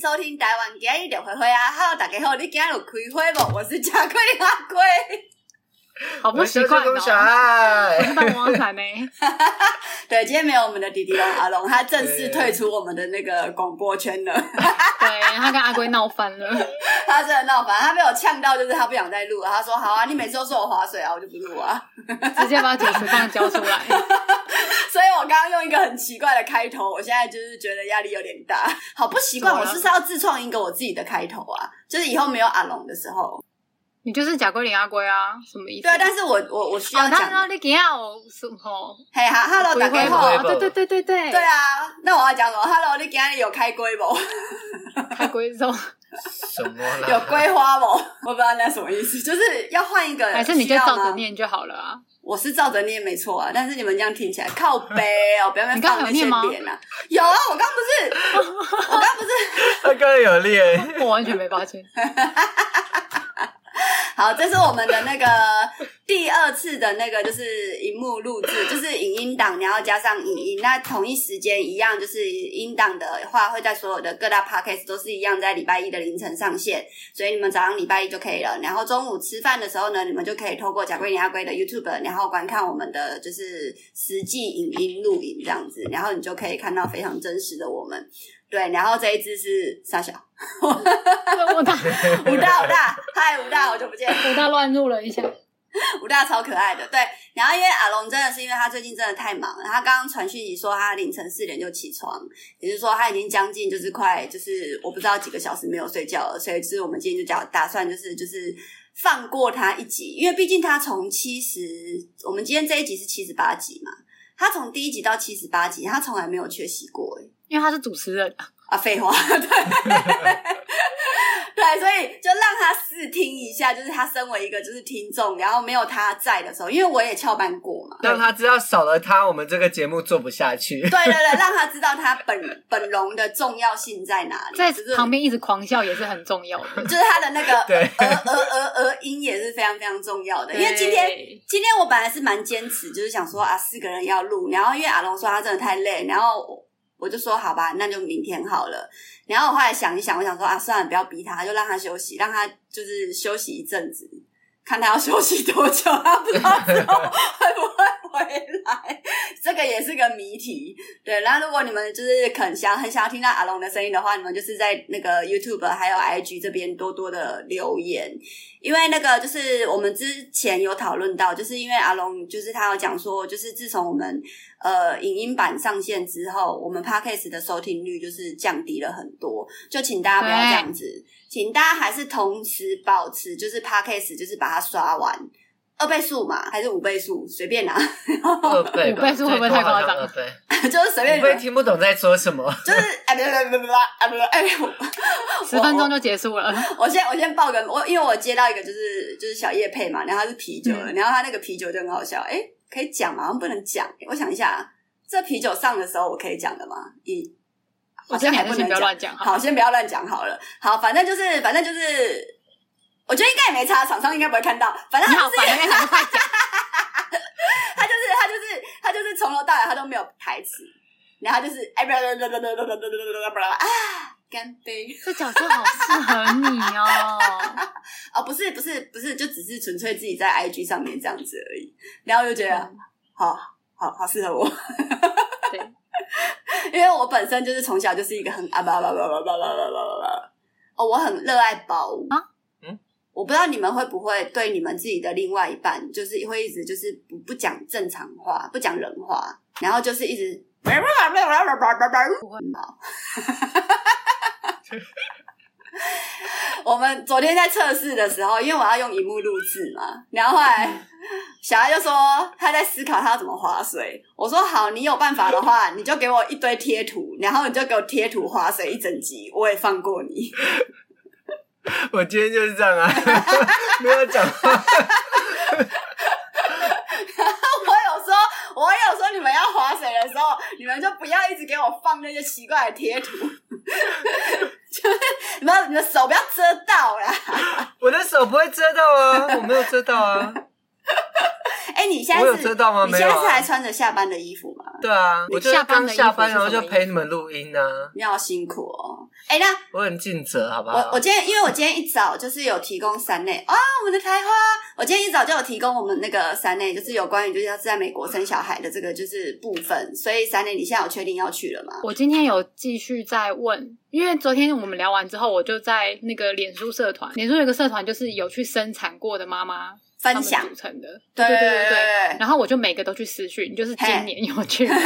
收听台湾今日就灰灰啊！好，大家好，你今日有开会无？我是贾桂林阿贵，好不习惯我是小哦。我爱是，霸王彩梅，对，今天没有我们的弟弟龙阿龙，他正式退出我们的那个广播圈了。 对他跟阿龟闹翻了，他真的闹翻，他被我呛到，就是他不想再录了。他说：“好啊，你每次都说我划水啊，我就不录啊。 直接把主持棒交出来。”所以我刚刚用一个很奇怪的开头，我现在就是觉得压力有点大， 好不习惯。啊怎我么了是不是要自创一个我自己的开头啊？就是以后没有阿龙的时候，你就是假龟领阿龟啊，什么意思？对啊。但是我我我需哦要，他讲，说你今下有什么？嘿哈，Hello，打龟开开吼后会，哦对对对对对，对啊，那我要讲什么？Hello，你今天有开龟不？开龟肉，什么啦？有龟花不？我不知道那什么意思，就是要换一个，还是你需就要照吗着。念就好了啊？我是照着念没错啊，但是你们这样听起来靠背哦，不要被你刚放刚那有些念吗脸啊！有啊，我刚不是，我刚不是。他刚有练，我完全没发现。好，这是我们的那个 第二次的那个就是荧幕录制，就是影音档，你要加上影音。那同一时间一样，就是音档的话会在所有的各大 podcast 都是一样，在礼拜一的凌晨上线，所以你们早上礼拜一就可以了。然后中午吃饭的时候呢，你们就可以透过贾桂林阿龟的 YouTube，然后观看我们的就是实际影音录影这样子，然后你就可以看到非常真实的我们。对，然后这一支是傻小我大武大武大，嗨武大，好久不见。我大乱入了一下， 武大超可爱的，对。然后因为阿龙真的是因为他最近真的太忙了，他刚刚传讯息说他凌晨四点就起床，也就是说他已经将近就是快就是我不知道几个小时没有睡觉了，所以就是我们今天就打打算就是就是放过他一集，因为毕竟他从七十，我们今天这一集是七十八集嘛，他从第一集到七十八集，他从来没有缺席过、欸，因为他是主持人，啊，废话， 对，对，所以就让他试听一下，就是他身为一个就是听众，然后没有他在的时候，因为我也翘班过嘛，让他知道少了他，我们这个节目做不下去。对对对，让他知道他本本龙的重要性在哪里，在就是旁边一直狂笑也是很重要的。就是他的那个 对呃呃呃呃音也是非常非常重要的，因为今天对今天我本来是蛮坚持，就是想说啊，四个人要录，然后因为阿龙说他真的太累，然后我我就说好吧，那就明天好了。然后我后来想一想，我想说啊，算了，不要逼他，就让他休息，让他就是休息一阵子，看他要休息多久，他不知道之后会不会回来，这个也是个谜题。对，然后如果你们就是肯想很想要听到阿龙的声音的话，你们就是在那个 YouTube 还有 IG 这边多多的留言，因为那个就是我们之前有讨论到，就是因为阿龙就是他有讲说，就是自从我们呃影音版上线之后，我们 Podcast 的收听率就是降低了很多，就请大家不要这样子，请大家还是同时保持就是 Podcast 就是把它刷完。二倍数嘛，还是五倍数，随便拿，二倍吧，五倍是会不会太夸张最多好像二倍 就是随便五你们倍听不懂在说什么，就是哎，不不不不哎不哎，我 十分钟就结束了，我先我先报个我，因为我接到一个就是就是小叶配嘛，然后它是啤酒的，嗯然后它那个啤酒就很好笑，哎、可以讲吗？好像不能讲、诶我想一下，啊这啤酒上的时候我可以讲的吗？一好我觉得像还哦你还是不先能不要讲。乱讲好了。好，先不要乱讲好了。好，反正就是反正就是，我觉得应该也没差，厂商应该不会看到。反正你他好就是烦，那赶快讲。他就是他就是他就是从头到尾他都没有台词，然后他就是哎不不不不不不不不不啊干杯。这角色好适合你哦。哦，不是不是不是，就只是纯粹自己在 IG 上面这样子而已。然后就觉得、好好好适合我，对， 因为我本身就是从小就是一个很啊吧吧吧吧吧吧吧吧吧，哦，我很热爱包啊嗯。我不知道你们会不会对你们自己的另外一半，就是会一直就是不不讲正常话，不讲人话，然后就是一直不会我们昨天在测试的时候，因为我要用荧幕录制嘛，然后后来嗯小艾就说他在思考他要怎么划水。我说好，你有办法的话，你就给我一堆贴图，然后你就给我贴图划水一整集，我也放过 你。我今天就是这 样啊，没有讲我话，有说，我有说你们要划水的时候，你们就不要一直给我放那些奇怪的贴 图，就是你们你们手不要遮到啦。我的手不会遮到啊，我没有遮到啊，哎、你现在我有是遮到吗？你没现在有是还啊，穿着下班的衣服吗？对啊，我就是下班刚的衣服下班，是然后什么就意思陪你们录音啊。你好辛苦哦。哎、那我很尽责，好不好？我我今天，因为我今天一早就是有提供三类啊，我们的台花，我今天一早就有提供我们那个三类，就是有关于就是要是在美国生小孩的这个就是部分，所以三类你现在有确定要去了吗？ 我今天有继续在问，因为昨天我们聊完之后，我就在那个脸书社团，脸书有个社团就是有去生产过的妈妈她分们享组，成的，对对对对对对然后我就每个都去私讯，就是嘿今年有 去，所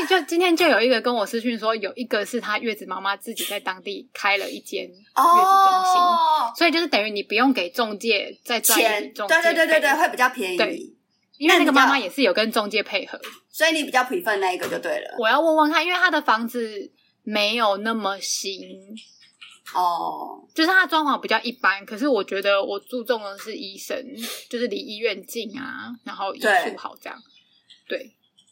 以就今天就有一个跟我私讯说，有一个是她月子妈妈自己在当地开了一间月子中心，哦，所以就是等于你不用给中介再赚一笔钱，中对介对对对费对，会比较便对宜，因为那那你个就妈妈也是有跟中介配合，所以你比较 prefer 那一个就对了。我要问问看，因为她的房子没有那么新，哦，就是它的装潢比较一般，可是我觉得我注重的是医生，就是离医院近啊，然后医术对好这样。对，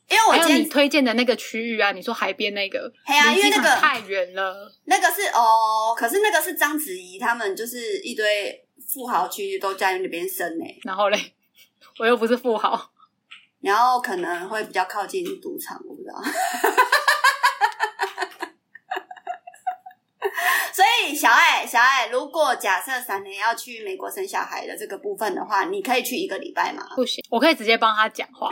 因为我还有今你天推荐的那个区域啊，你说海边那个，嘿啊离因为机场那个太远了，那个是哦，可是那个是章子怡他们就是一堆富豪区都在那边生呢、然后嘞，我又不是富豪，然后可能会比较靠近赌场，我不知道。 所以小爱，小爱，如果假设三年要去美国生小孩的这个部分的话，你可以去一个礼拜吗？不行，我可以直接帮他讲话，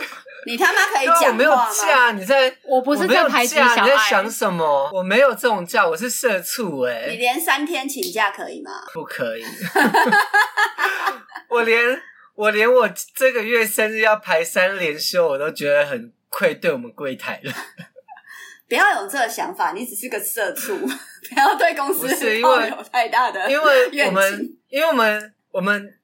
你他妈可以对啊我讲没有话吗？假，你在我不我是没在有排挤假，小你在爱想，什么？我没有这种假，我是社畜哎、你连三天请假可以吗？不可以。 我连我连我这个月生日要排三连休，我都觉得很愧对我们柜台了。不要有这个想法，你只是个社畜， 不要对公司 不是因为抱有太大的 因为我愿们景。因为我们我们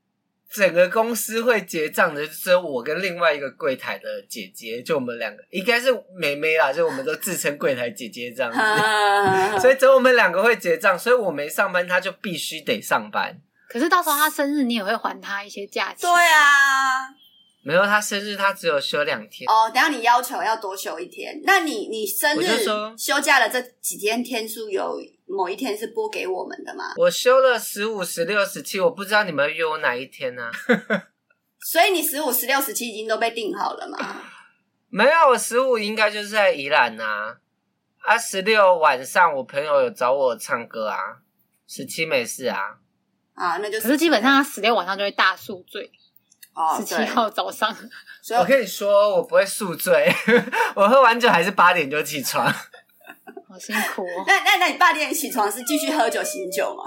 整个公司会结账的，就只有我跟另外一个柜台的姐姐，就我们两个，应该是妹妹啦，就我们都自称柜台姐姐这样子。啊所以只有我们两个会结账，所以我没上班，她就必须得上班。可是到时候他生日，你也会还他一些假期，对啊，没有她生日，她只有休两天。哦，等一下你要求要多休一天，那你你生我日就说休假的这几天天数有某一天是拨给我们的吗？我休了十五、十六、十七，我不知道你们约我哪一天啊呢、所以你十五、十六、十七已经都被定好了嘛？没有，我十五应该就是在宜兰呐、啊。啊，十六晚上我朋友有找我唱歌啊，十七没事啊。啊，那就可是基本上他十六晚上就会大宿醉，哦，十七对号早上， 所我以跟你说，我不会宿醉， 我喝完酒还是八点就起床。好辛苦哦。那那那你八点起床是继续喝酒醒酒吗？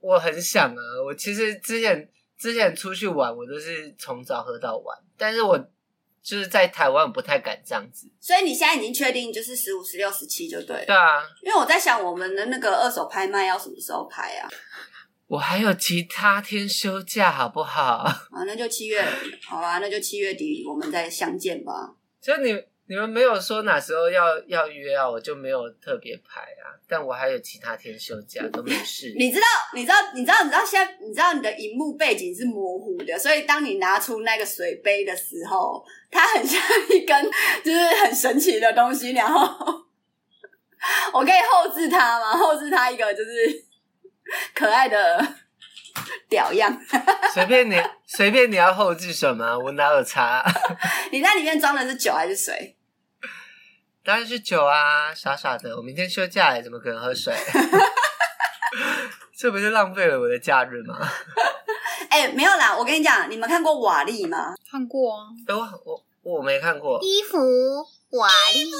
我很想啊，我其实之前之前出去玩，我都是从早喝到晚，但是我就是在台湾我不太敢这样子。所以你现在已经确定就是十五、十六、十七就对了，对啊，因为我在想我们的那个二手拍卖要什么时候拍啊？我还有其他天休假，好不好？啊，那就七月，好吧，那就七月底我们再相见吧。就你你们没有说哪时候要要约啊，我就没有特别排啊。但我还有其他天休假都没事。你知道，你知道，你知道，你知道，现在你知道你的荧幕背景是模糊的，所以当你拿出那个水杯的时候，它很像一根就是很神奇的东西。然后 我可以后置它吗？后置它一个就是 可爱的屌样。随便你随便你要后置什么，我哪有差？你那里面装的是酒还是水？ 当然是酒啊，傻傻的。我明天休假、欸，怎么可能喝水？ 这不是浪费了我的假日吗？哎、没有啦，我跟你讲，你们看过瓦力吗？看过啊，哎、我我我没看过，衣服瓦力，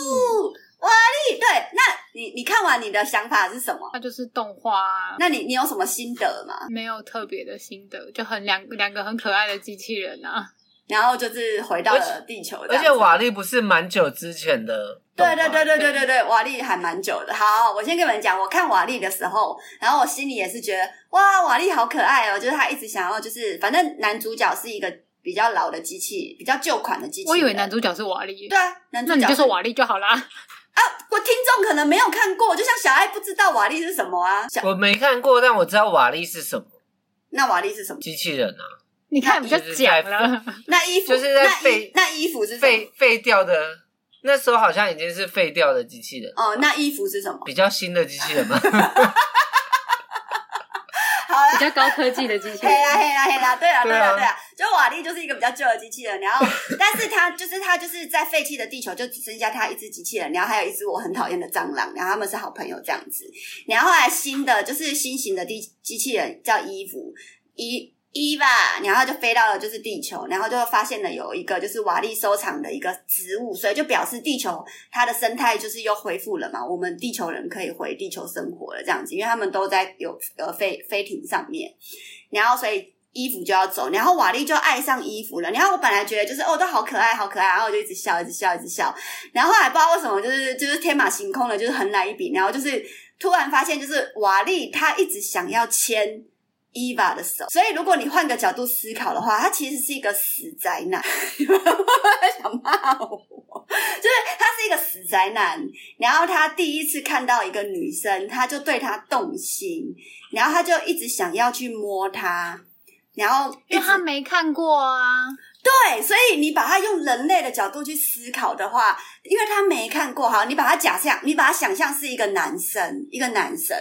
对对，那你你看完你的想法是什么？它就是动画、啊，那你你有什么心得吗？没有特别的心得，就很两两个很可爱的机器人啊。然后就是回到而了地球这而样子，且瓦力不是蛮久之前的动画，对对对对对对对，瓦力还蛮久的。好，我先跟你们讲，我看瓦力的时候，然后我心里也是觉得，哇，瓦力好可爱哦！就是他一直想要，就是反正男主角是一个比较老的机器，比较旧款的机器人。我以为男主角是瓦力，对啊，男主那角你就说是瓦力就好啦。啊，我听众可能没有看过，就像小爱不知道瓦力是什么啊。小我没看过，但我知道瓦力是什么那瓦力是什么？机器人啊，你看比较讲了，那衣服就是在那废衣那衣服是什么废？废掉的，那时候好像已经是废掉的机器人， 哦，那衣服是什么？比较新的机器人嘛。好好啦比较高科技的机 器嘿啦嘿啦嘿啦，对啦对对啊啦对啦，就瓦力就是一个比较旧的机器人，然后 但是它就是它就是在废弃的地球就只剩下它一只机器人，然后还有一只我很讨厌的蟑螂，然后他们是好朋友这样子。然后后来新的就是新型的地机器人叫伊芙伊。伊吧，然后就飞到了就是地球，然后就发现了有一个就是瓦力收藏的一个植物，所以就表示地球它的生态就是又恢复了嘛。我们地球人可以回地球生活了这样子，因为他们都在有呃飞飞艇上面。然后所以衣服就要走，然后瓦力就爱上衣服了。然后我本来觉得就是哦，都好可爱，好可爱，然后我就一直笑，一直笑，一直笑。然后后来不知道为什么，就是就是天马行空的，就是横来一笔，然后就是突然发现，就是瓦力他一直想要牵。伊娃的手，所以如果你换个角度思考的话，他其实是一个死宅男。 你们会不会想骂我？就是他是一个死宅男，然后他第一次看到一个女生，他就对她动心，然后他就一直想要去摸她，然后因为他没看过啊。对，所以你把它用人类的角度去思考的话，因为他没看过，好，你把它假象，你把它想象是一个男生，一个男生，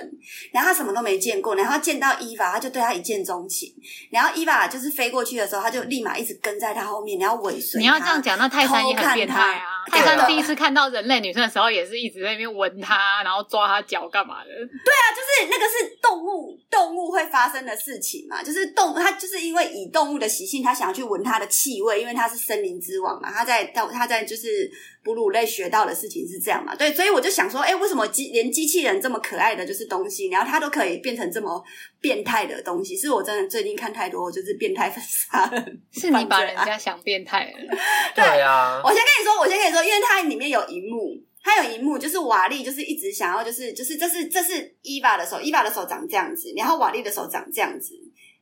然后他什么都没见过，然后他见到伊娃，他就对他一见钟情，然后伊娃就是飞过去的时候，他就立马一直跟在他后面，然后尾随。你要这样，讲，那泰山也很变态啊！偷看泰他山第一次看到人类女生的时候，也是一直在那边闻她，然后抓她脚干嘛的。啊就是那个是动物动物会发生的事情嘛，就是动它就是因为以动物的习性，它想要去闻它的气味，因为它是森林之王嘛，它在到它在就是哺乳类学到的事情是这样嘛，对，所以我就想说，哎、为什么机连机器人这么可爱的就是东西，然后它都可以变成这么变态的东西？是我真的最近看太多就是变态 粉啊杀人是你把啊人家想变态了，对啊，我先跟你说，我先跟你说，因为它里面有一幕，它有一幕就是瓦力就是一直想要就是就是这是这是伊娃的手，伊娃的手长这样子，然后瓦力的手长这样子，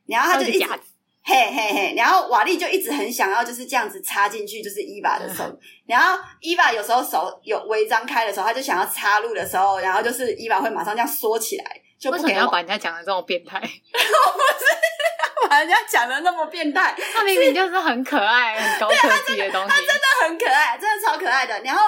然后他就都一是直假的嘿嘿嘿，然后瓦力就一直很想要就是这样子插进去，就是伊娃的 手，然后伊娃有时候手有违张开的时候，他就想要插入的时候，然后就是伊娃会马上这样缩起来，就为不什么给要我把人家讲的这么变态？ 把 人家讲的那么变态，他明明就是很可爱、很高科技的东西。很可爱，真的超可爱的。然后，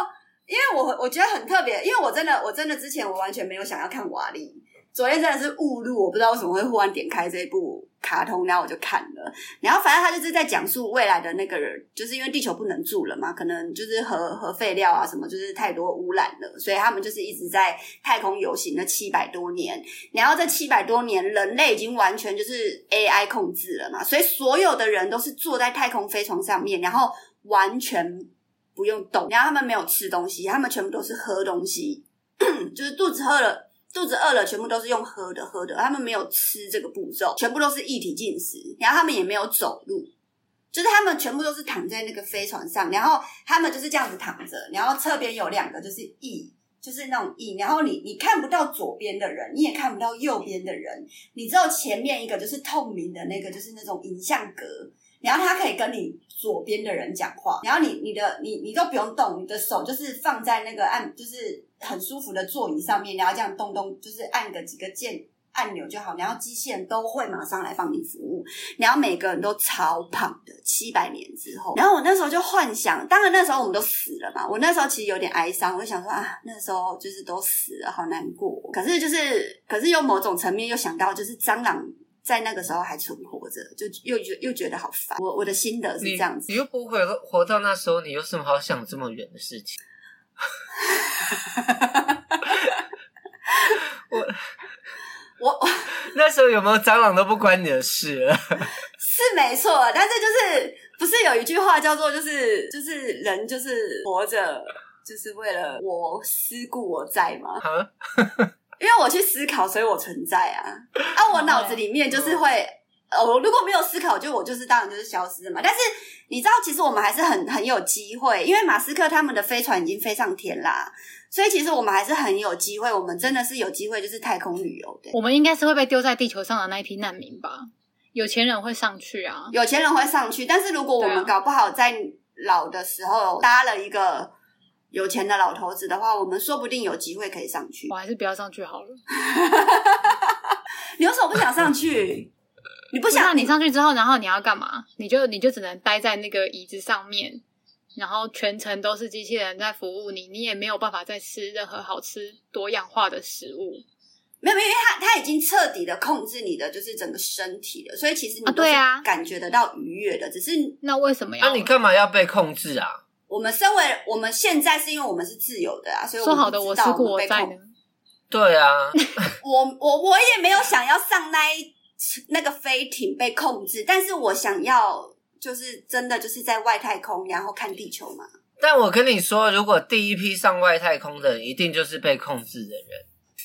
因为我我觉得很特别，因为我真的我真的之前我完全没有想要看瓦力，昨天真的是误入，我不知道为什么会忽然点开这一部卡通，然后我就看了。然后反正他就是在讲述未来的那个人，就是因为地球不能住了嘛，可能就是核核废料啊什么，就是太多污染了，所以他们就是一直在太空游行了七百多年。然后这七百多年，人类已经完全就是 AI 控制了嘛，所以所有的人都是坐在太空飞船上面，然后完全不用动，然后他们没有吃东西，他们全部都是喝东西， 就是肚子饿了。肚子饿了，全部都是用喝的喝的，他们没有吃这个步骤，全部都是一体进食，然后他们也没有走路，就是他们全部都是躺在那个飞船上，然后他们就是这样子躺着，然后侧边有两个就是翼，就是那种翼，然后你你看不到左边的人，你也看不到右边的人，你只有前面一个就是透明的那个，就是那种影像格，然后它可以跟你左边的人讲话，然后你你的你你都不用动，你的手就是放在那个按就是很舒服的座椅上面，然后这样动动就是按个几个键按钮就好，然后机器人都会马上来帮你服务，然后每个人都超胖的，七百年之后，然后我那时候就幻想，当然那时候我们都死了嘛，我那时候其实有点哀伤，我就想说啊，那时候就是都死了，好难过。哦可是就是，可是又某种层面又想到，就是蟑螂在那个时候还存活着，就又觉又觉得好烦。我我的心得是你这样子你，又不会活到那时候，你有什么好想这么远的事情？ 我那时候有没有蟑螂都不关你的事了。 是没错，但是就是不是有一句话叫做就是就是人就是活着。就是为了我思故我在吗？啊，因为我去思考，所以我存在啊。啊，我脑子里面就是会，呃，我如果没有思考，就我就是当然就是消失了嘛。但是你知道，其实我们还是很很有机会，因为马斯克他们的飞船已经飞上天啦，所以其实我们还是很有机会，我们真的是有机会，就是太空旅游的。我们应该是会被丢在地球上的那一批难民吧？有钱人会上去啊，有钱人会上去，但是如果我对啊们搞不好在老的时候搭了一个有钱的老头子的话，我们说不定有机会可以上去我。还是不要上去好了。你为什么不想上 去？你不不啊想想你上去之后，然后你要干嘛？你就你就只能待在那个椅子上面，然后全程都是机器人在服务你，你也没有办法再吃任何好吃多样化的食物。没有，没有，因为他他它已经彻底的控制你的就是整个身体了，所以其实你啊对啊都是感觉得到愉悦的，只是那为什么要？啊那你干嘛要被控制啊？我们身为我们现在是因为我们是自由的啊，所以说我们好的不我知是道我我们被在控呢？对啊， 我我我也没有想要上那一那个飞艇被控制，但是我想要就是真的就是在外太空，然后看地球嘛。但我跟你说，如果第一批上外太空的人，一定就是被控制的人，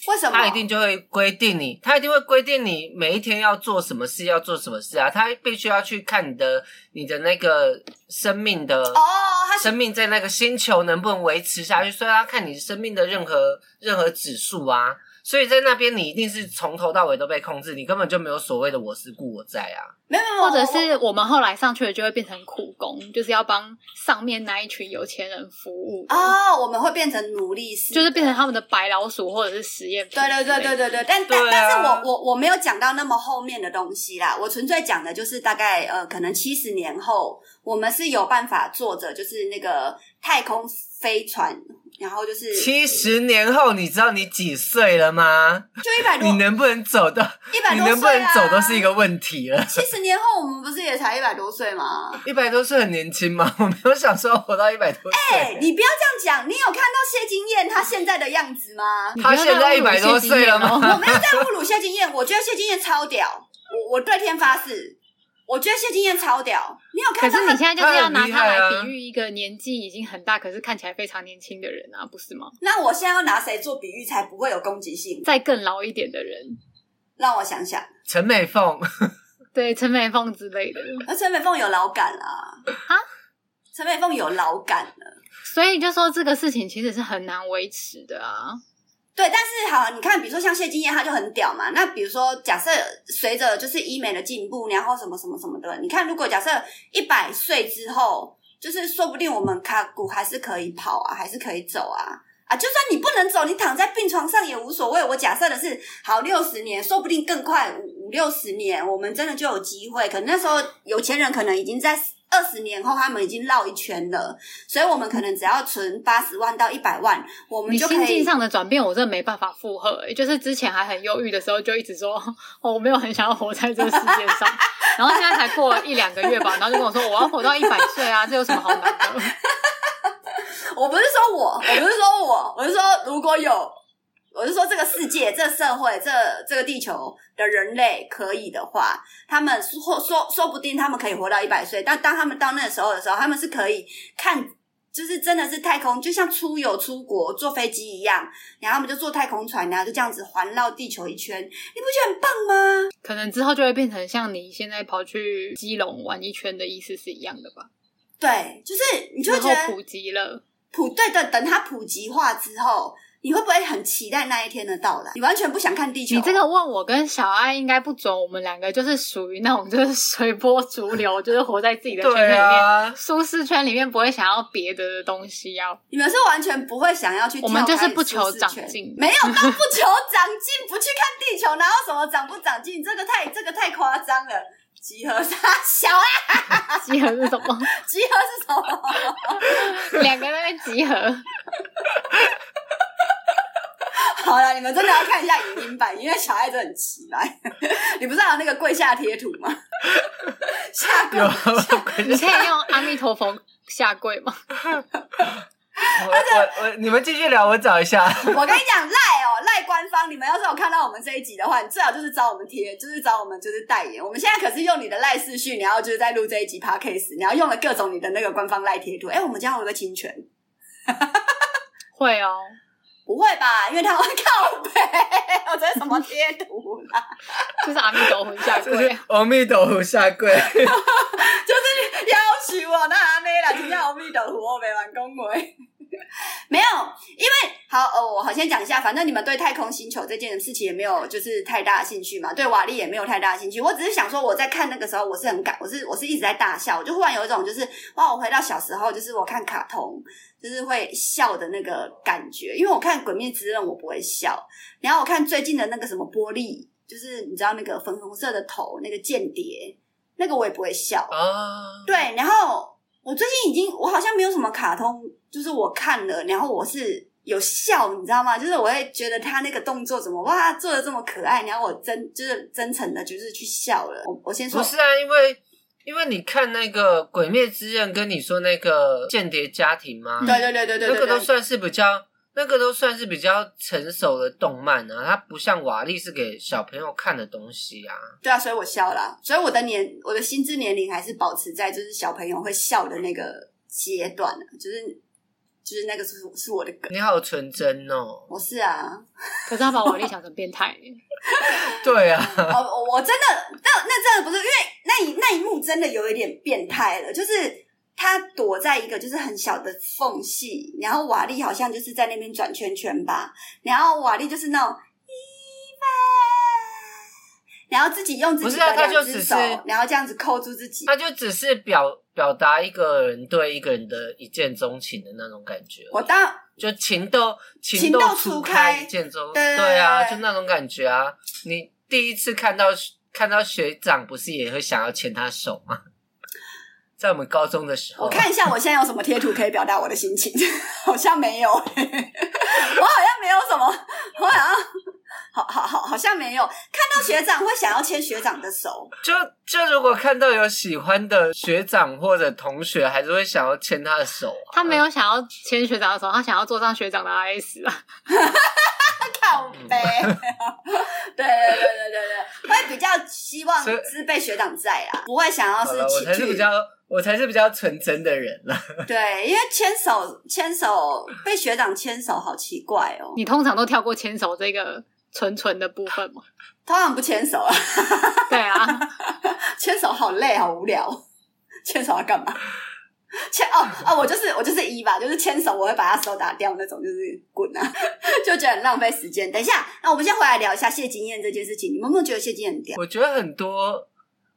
为什么？他一定就会规定你，他一定会规定你每一天要做什么事，要做什么事啊，他必须要去看你的你的那个生命的哦，他是生命在那个星球能不能维持下去，所以他看你生命的任何任何指数啊。所以在那边，你一定是从头到尾都被控制，你根本就没有所谓的我是故我在啊。没有没有，或者我是我们后来上去了就会变成苦工，就是要帮上面那一群有钱人服务的哦，我们会变成奴隶式，就是变成他们的白老鼠或者是实验品。对对对对。对对，但但、对啊但是我我我没有讲到那么后面的东西啦，我纯粹讲的就是大概呃，可能七十年后，我们是有办法坐着就是那个太空飞船，然后就是七十年后，你知道你几岁了吗？就一百多你能不能走到，一百你多岁、啊，能不能走都是一个问题了。七十年后，我们不是也才一百多岁吗？一百多岁很年轻吗？我没有想说活到一百多岁。哎、你不要这样讲，你有看到谢金燕她现在的样子 吗？他现在一百多岁了吗？哦 我没有在侮辱谢金燕，我觉得谢金燕超屌，我我对天发誓，我觉得谢金燕超屌。你有可看到是她你现在就是要拿它他很厉害来啊比喻一个年纪已经很大，可是看起来非常年轻的人啊，不是吗？那我现在要拿谁做比喻才不会有攻击性？再更老一点的人，让我想想，陈美凤，对陈美凤之类的，那陈美凤有老感啦、啊陈美凤有老感了。所以就说这个事情其实是很难维持的啊。对，但是好，你看，比如说像谢金燕，她就很屌嘛。那比如说，假设随着就是医美的进步，然后什么什么什么的，你看，如果假设一百岁之后，就是说不定我们卡骨还是可以跑啊，还是可以走啊。啊，就算你不能走，你躺在病床上也无所谓。我假设的是，好六十年，说不定更快五五六十年，我们真的就有机会。可能那时候有钱人可能已经在二十年后，他们已经绕一圈了，所以我们可能只要存八十万到一百万，我们你就可以心境上的转变，我真的没办法负荷、欸就是之前还很忧郁的时候，就一直说、哦、我没有很想要活在这个世界上， 然后现在才过了一两个月吧，然后就跟我说我要活到一百岁啊，这有什么好难的？ 我不是说我，我不是说我，我是说如果有，我是说这个世界、这社会、这这个地球的人类可以的话，他们说说说不定他们可以活到一百岁，但当他们到那时候的时候，他们是可以看。就是真的是太空，就像出游出国坐飞机一样，然后他们就坐太空船，然啊后就这样子环绕地球一圈，你不觉得很棒吗？可能之后就会变成像你现在跑去基隆玩一圈的意思是一样的吧？对，就是你就会然觉后得普及了，普对对，等它普及化之后，你会不会很期待那一天的到来？你完全不想看地球？你这个问我跟小爱应该不准，我们两个就是属于那种就是随波逐流，就是活在自己的圈圈里对面。啊，舒适圈里面不会想要别的东西啊，你们是完全不会想要去跳我开们就是不舒适求长圈进没有到不求长进，不去看地球，哪有什么长不长进？这个太这个太夸张了。集合啥小啊？集合是什么？集合是什么？两个在那边集合，好了，你们真的要看一下影音版，因为小爱真的很奇怪。 你不是还有那个跪下贴图吗？下跪有，你可以用阿弥陀佛下跪吗？ 我我我，你们继续聊，我找一下。我跟你讲，赖哦，赖官方，你们要是有看到我们这一集的话，你最好就是找我们贴，就是找我们就是代言。我们现在可是用你的赖视讯，然后就是在录这一集 podcast，然后用了各种你的那个官方赖贴图。哎、我们这样会不会侵权？会哦，不会吧？因为他会靠背， 我这是什么贴图啦？就是阿弥陀佛下就是跪。阿弥陀佛下跪，要求哦，那阿妹啦，真正阿弥陀佛，我没玩恭维。 没有，因为好哦，我好先讲一下，反正你们对太空星球这件事情也没有就是太大的兴趣嘛，对瓦力也没有太大的兴趣。我只是想说，我在看那个时候，我是很感，我是我是一直在大笑，我就忽然有一种就是哇，我回到小时候，就是我看卡通，就是会笑的那个感觉。因为我看《鬼灭之刃》，我不会笑，然后我看最近的那个什么玻璃，就是你知道那个粉红色的头那个间谍，那个我也不会笑。哦啊，对，然后我最近已经我好像没有什么卡通，就是我看了，然后我是有笑，你知道吗？就是我会觉得他那个动作怎么哇做的这么可爱，然后我真就是真诚的，就是去笑了。我我先说不，是啊，因为因为你看那个《鬼灭之刃》，跟你说那个《间谍家庭》吗？对对对对对那个对都对，算是比较，那个都算是比较成熟的动漫啊，它不像瓦力是给小朋友看的东西啊。对啊，所以我笑了，所以我的年我的心智年龄还是保持在就是小朋友会笑的那个阶段，啊就是就是那个是是我的梗，你好纯真哦，我是啊，可是他把我理想成变态，对啊， 哦，我我真的，那那真的不是，因为那一那一幕真的有一点变态了，就是他躲在一个就是很小的缝隙，然后瓦力好像就是在那边转圈圈吧，然后瓦力就是那种，然后自己用自不己是啊的他两就只只手是，然后这样子扣住自己，它就只是表表达一个人对一个人的一见钟情的那种感觉而已，我当就情窦情情窦窦初初开一见钟对对啊，对对就那种感觉啊。你第一次看到看到学长，不是也会想要牵他手吗？在我们高中的时候，我看一下我现在有什么贴图可以表达我的心情， 好像没有、 我好像没有什么，我好像好好好好像没有看到学长会想要牵学长的手，就就如果看到有喜欢的学长或者同学，还是会想要牵他的手啊。他没有想要牵学长的手，他想要坐上学长的 IS 啊。靠 背，对对对对对对，会比较希望所以是被学长在啦，不会想要啊好了，我是才是情比侣，较我才是比较纯真的人啊啦。对，因为牵手牵手被学长牵手好奇怪哦，你通常都跳过牵手这个纯纯的部分 嘛？通常不牵手啊，对啊，牵手好累，好无聊， 牵手要干嘛？牵哦哦，我就是我就是一吧，就是牵手我会把他手打掉那种，就是滚啊， 就觉得很浪费时间。等一下，那我们先回来聊一下谢金燕这件事情，你们有没有觉得谢金燕很屌？我觉得很多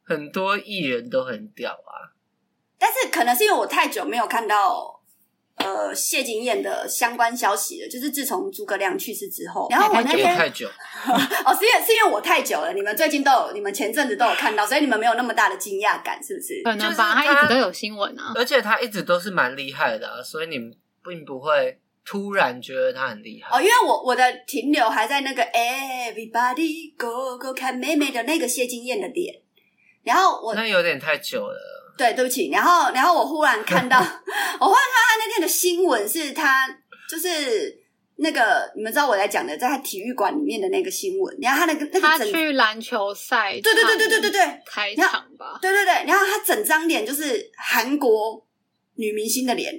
很多艺人都很屌啊，但是可能是因为我太久没有看到呃谢金燕的相关消息了，就是自从诸葛亮去世之后，然后我那你也天太久。哦，是因为是因为我太久了，你们最近都有，你们前阵子都有看到，所以你们没有那么大的惊讶感，是不是？可能吧，就是他他一直都有新闻嗯啊。而且他一直都是蛮厉害的、啊，所以你并不会突然觉得他很厉害。哦，因为我我的停留还在那个 Everybody Go Go 看妹妹的那个谢金燕的脸，然后我那有点太久了，对，对不起。然后，然后我忽然看到，我忽然看到他那天的新闻是他就是那个你们知道我在讲的，在他体育馆里面的那个新闻。然后他那个那他个整，对去篮球赛，对对对对对对开场吧。对对对，然后他整张脸就是韩国女明星的脸，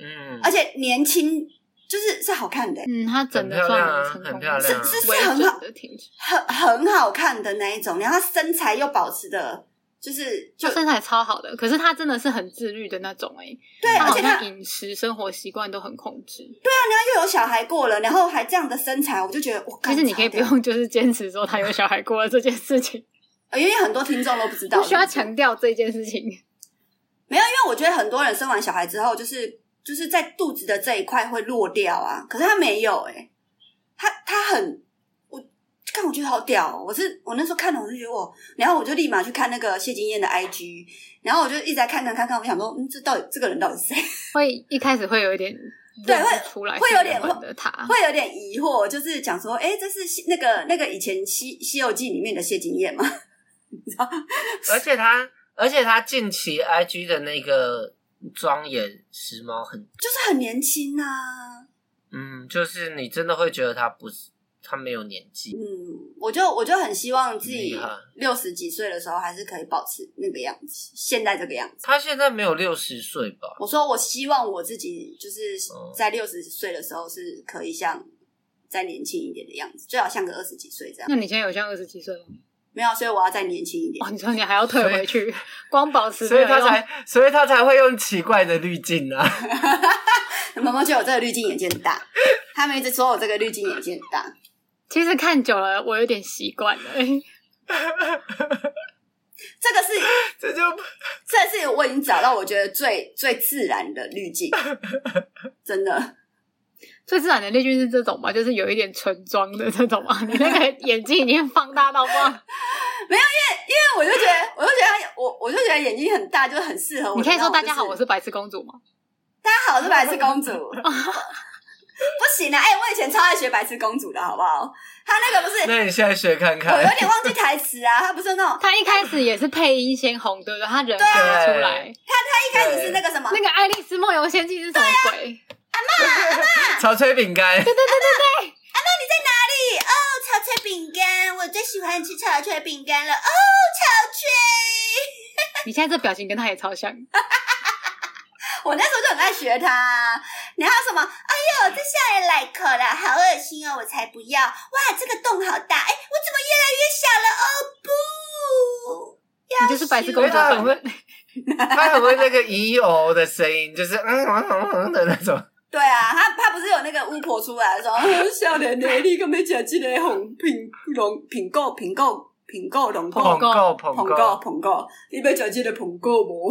嗯，而且年轻，就是是好看的，嗯，他整的很漂算亮啊蛮成功的，很漂亮啊是是微很好整的挺直，很很好看的那一种。然后他身材又保持的，就是就他身材超好的，可是他真的是很自律的那种哎、欸，对，他而好且他像饮食生活习惯都很控制。又有小孩过了，然后还这样的身材，我就觉得我其实你可以不，用就是坚持说他有小孩过了这件 事情，呃因为很多听众都不知道，不需要强调这件事情。没有，因为我觉得很多人生完小孩之后，就是就是在肚子的这一块会落掉啊，可是他没有哎、他他很我看我觉得好屌、哦，我是我那时候看了我就觉得我，然后我就立马去看那个谢金燕的 IG，然后我就一直在看看看看，我想说嗯，这到底这个人到底是谁？会一开始会有一点对认会不出来会是有日点本的他，会有点疑惑，就是讲说，哎、这是西那个那个以前西《西游记》里面的谢金燕吗？ 而且他，而且他近期 IG 的那个妆也时髦很，就是很年轻啊。嗯，就是你真的会觉得他不是他没有年纪，嗯，我就我就很希望自己很厉害六十几岁的时候还是可以保持那个样子，现在这个样子。他现在没有六十岁吧？我说我希望我自己就是哦在六十岁的时候是可以像再年轻一点的样子，最好像个二十几岁这样。那你现在有像二十几岁吗？没有，所以我要再年轻一点 哦，。你说你还要退回去，光保持所以他没有用才，所以他才会用奇怪的滤镜啊！ 萌萌觉得我这个滤镜眼睛很大，他们一直说我这个滤镜眼睛很大。其实看久了，我有点习惯了。这个是这就这是我已经找到我觉得最最自然的滤镜，真的。最自然的滤镜是这种吧，就是有一点唇妆的这种嘛。你那个眼睛已经放大到哇，因为我就觉得，我就觉得我我就觉得眼睛很大，就很 适合我的你那种。可以说大家好，就是我是白痴公主吗？大家好，我是白痴公主。不行啊！哎、我以前超爱学白痴公主的好不好？她那个不是，那你现在学看看我有，点忘记台词啊，她不是那种，他一开始也是配音先红，对不对？他对人看啊得出来。她一开始是那个什么那，个《爱丽丝梦游仙境》是什么啊鬼？潮吹饼干，哎哦，草吹饼干，我最喜欢吃草吹饼干了。哦，草吹，你现在这表情跟他也超像。 我那时候就很爱学它啊。然后什么，哎呦，这下也来口了，好恶心哦，我才不要！哇，这个洞好大，哎，我怎么越来越小了？哦不，要你就是白痴公主死了哎呀版我本们，他很会那个咦哦的声音，就是嗯嗯嗯嗯的那种。对啊，他他不是有那个巫婆出来的时候，笑脸的，你个没吃这个红苹龙苹果苹果苹果龙果捧捧够够捧捧够告，捧告，你要食这个捧告无？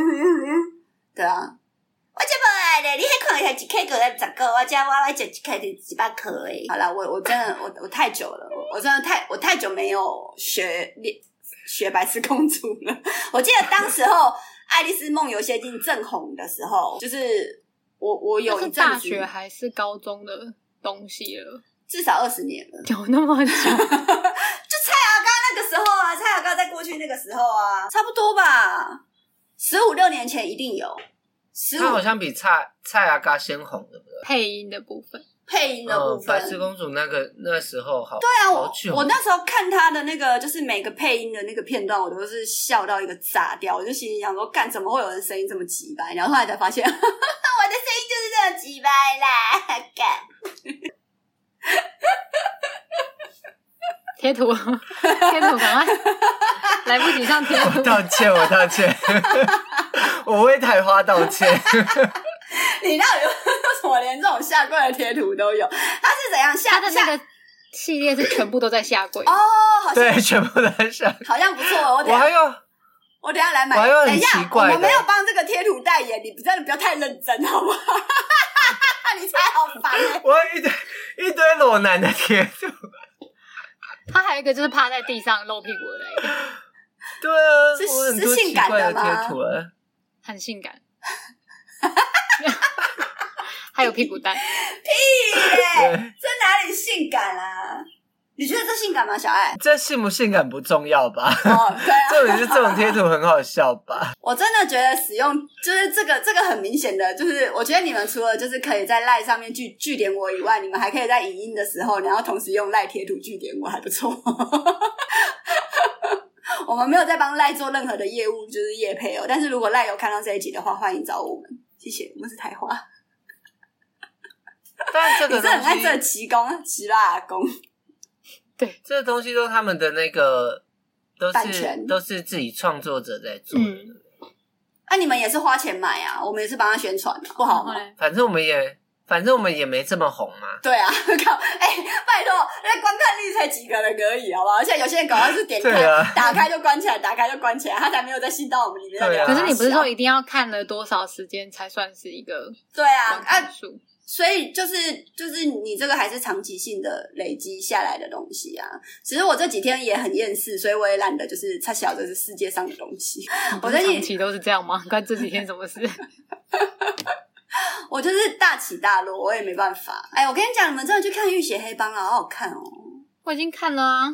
对啊，我真无爱嘞！你迄看一下一克个要十个，我只我我食一克就一百克诶。好啦，我我真的我我太久了，我我真的太我太久没有学练学白痴公主了。 我记得当 时候《爱丽丝梦游仙境》正红的时候，就是我我有那一是阵大子学还是高中的东西了，至少二十年了。有那么 久？就蔡阿刚那个时候啊，蔡阿刚在过去那个时候啊，差不多吧，十五六年前一定有。十他好五像比蔡蔡阿嘎先红，对不对？配音的部分，配音的部嗯，分，白痴公主那个那时候好，对对啊，我好久我那时候看他的那个，就是每个配音的那个片段，我都是笑到一个炸掉。我就心里想说，干怎么会有人声音这么鸡掰？然后后来才发现，我的 声音就是这样鸡掰啦，干。贴图，贴图，赶快，来不及上贴 图。道歉，我道 歉，我为台花道歉。你到底 为什么连这种下跪的贴图都有？他是怎样下他的下那个系列是全部都在下跪，哦，好像对，全部都上。好像不错哦，我等我一下还有我等一下来买。我还有很等一下，奇怪的我没有帮这个贴图代言，你真的不要太认真，好不好？ 你才好烦、欸。我有一堆一堆裸男的贴图，他还有一个就是趴在地上露屁股的那个，对啊，是我很多是性奇感的怪吗贴图啊。很性感。 还有屁股 蛋，耶对，？这哪里性感啦、你觉得这性感吗，小爱 这性不性感不重要 吧？哦，对啊，重点是这种贴图很好笑吧？我真的觉得使用就是这个这个很明显的，就是我觉得你们除了就是可以在赖上面据据点我以外，你们还可以在影音的时候，然后同时用赖贴图据点我，还不错。 我们没有在帮赖做任何的业务，就是业配哦。但是如果赖有看到这一集的话，欢迎找我们，谢谢。我们是台花，但 这你个是很爱这东西，奇功、奇辣功，这个东西都是他们的那个都版是权都是自己创作者在做的。嗯，啊，你们也是花钱买啊，我们也是帮他宣传、啊，不好然后吗？嘞，反正我们也反正我们也没这么红嘛。对啊， 靠！哎、拜托，那观看率才几个人而已，好不好？而且有些人搞到是点开、对啊打开就关起来，打开就关起来，他才没有再信到我们里面的对聊。啊可是你不是说一定要看了多少时间才算是一个对啊观看啊？数？所以就是就是你这个还是长期性的累积下来的东西啊。其实我这几天也很厌世，所以我也懒得就是插小这是世界上的东西。你不我是在长一期都是这样吗？关这几天 什么事？我就是大起大落，我也没办法。哎、我跟你讲，你们真的去看《浴血黑帮》啊，好好看哦。我已经看了啊，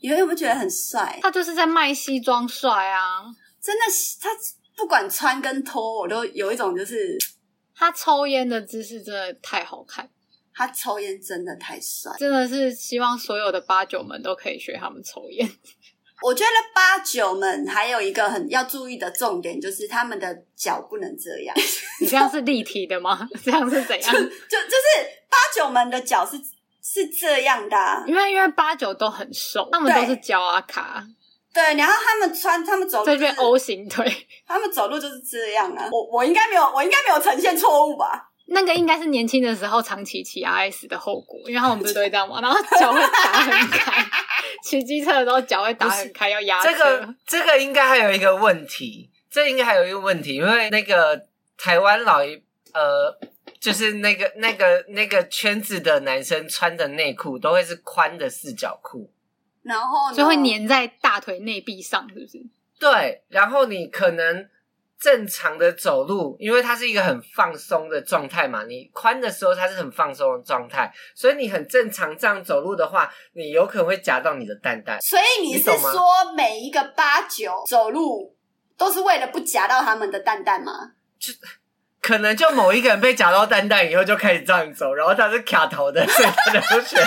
你们有没有觉得很帅？他就是在卖西装帅啊，真的是，他不管穿跟脱，我都有一种就是。他抽烟的姿势真的太好看，他抽烟真的太帅，真的是希望所有的八九们都可以学他们抽烟。 我觉得八九们还有一个很要注意的重点，就是他们的脚不能这样， 你这样是立体的吗？这样是怎 样？就就是八九们的脚是是这样的、啊，因为因为八九都很瘦，他们对都是脚啊卡，对，然后他们穿他们走路、这就是边 O 型腿，他们走路就是这样啊，我我应该没有我应该没有呈现错误吧？那个应该是年轻的时候长期骑 RS 的后果，因为他们不是都会这样吗？然后脚会打很开，骑机车的时候脚会打很开，要压车。这个这个应该还有一个问题，这应该还有一个问题，因为那个台湾老一呃，就是那个那个那个圈子的男生穿的内裤都会是宽的四角裤，然后呢就会粘在大腿内壁上，是不是？对，然后你可能正常的走路，因为它是一个很放松的状态嘛。你宽的时候它是很放松的状态，所以你很正常这样走路的话，你有可能会夹到你的蛋蛋。所以你你是懂吗说每一个八九走路都是为了不夹到他们的蛋蛋吗？可能就某一个人被夹到蛋蛋以后就开始这样走，然后他是卡头的，所以他的不选。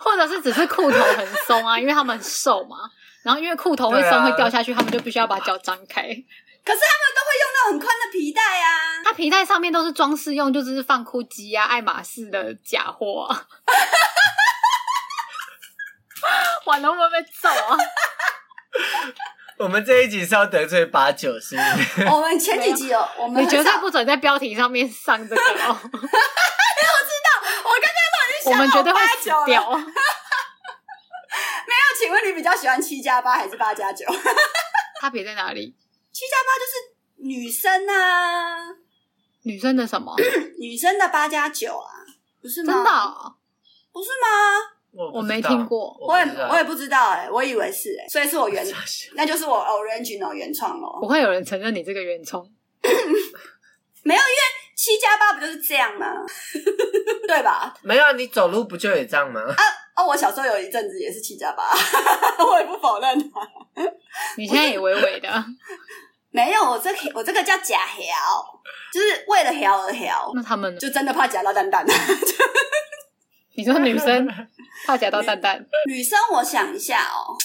或者是只是裤头很松啊，因为他们很瘦嘛。然后因为裤头会对松啊会掉下去，他们就必须要把脚张开。那种很宽的皮带 啊，它皮带上面都是装饰用，就只是放哭机啊、爱马仕的假货、啊。完了，会不会被揍啊？我们这一集是要得罪八九，是不是？我们前几集有，我们你绝很少对不准在标题上面上这个 哦，我刚刚都已经我想们好绝对会八死九了。掉。哦那请问你比较喜欢七加八还是八加九？ 七加八差别在哪里？就是女生啊，女生的什么？女生的八加九啊，不是吗？真的哦、不是吗？我我不没知道听过我也不知道我也不知道哎、我以为是哎、所以是我 原，是那就是我 original 原创哦咯。不会有人承认你这个原创。七加八不就是这样吗？ 对吧？没有啊，你走路不就也这样吗？哦，我小时候有一阵子也是七加八， 我也不否认啊。你现在也微微的，没有，我这个我这个叫假聊，就是为了聊而聊，那他们呢？就真的怕夹到蛋 蛋。你说女生怕夹到蛋蛋，女生，我想一下哦，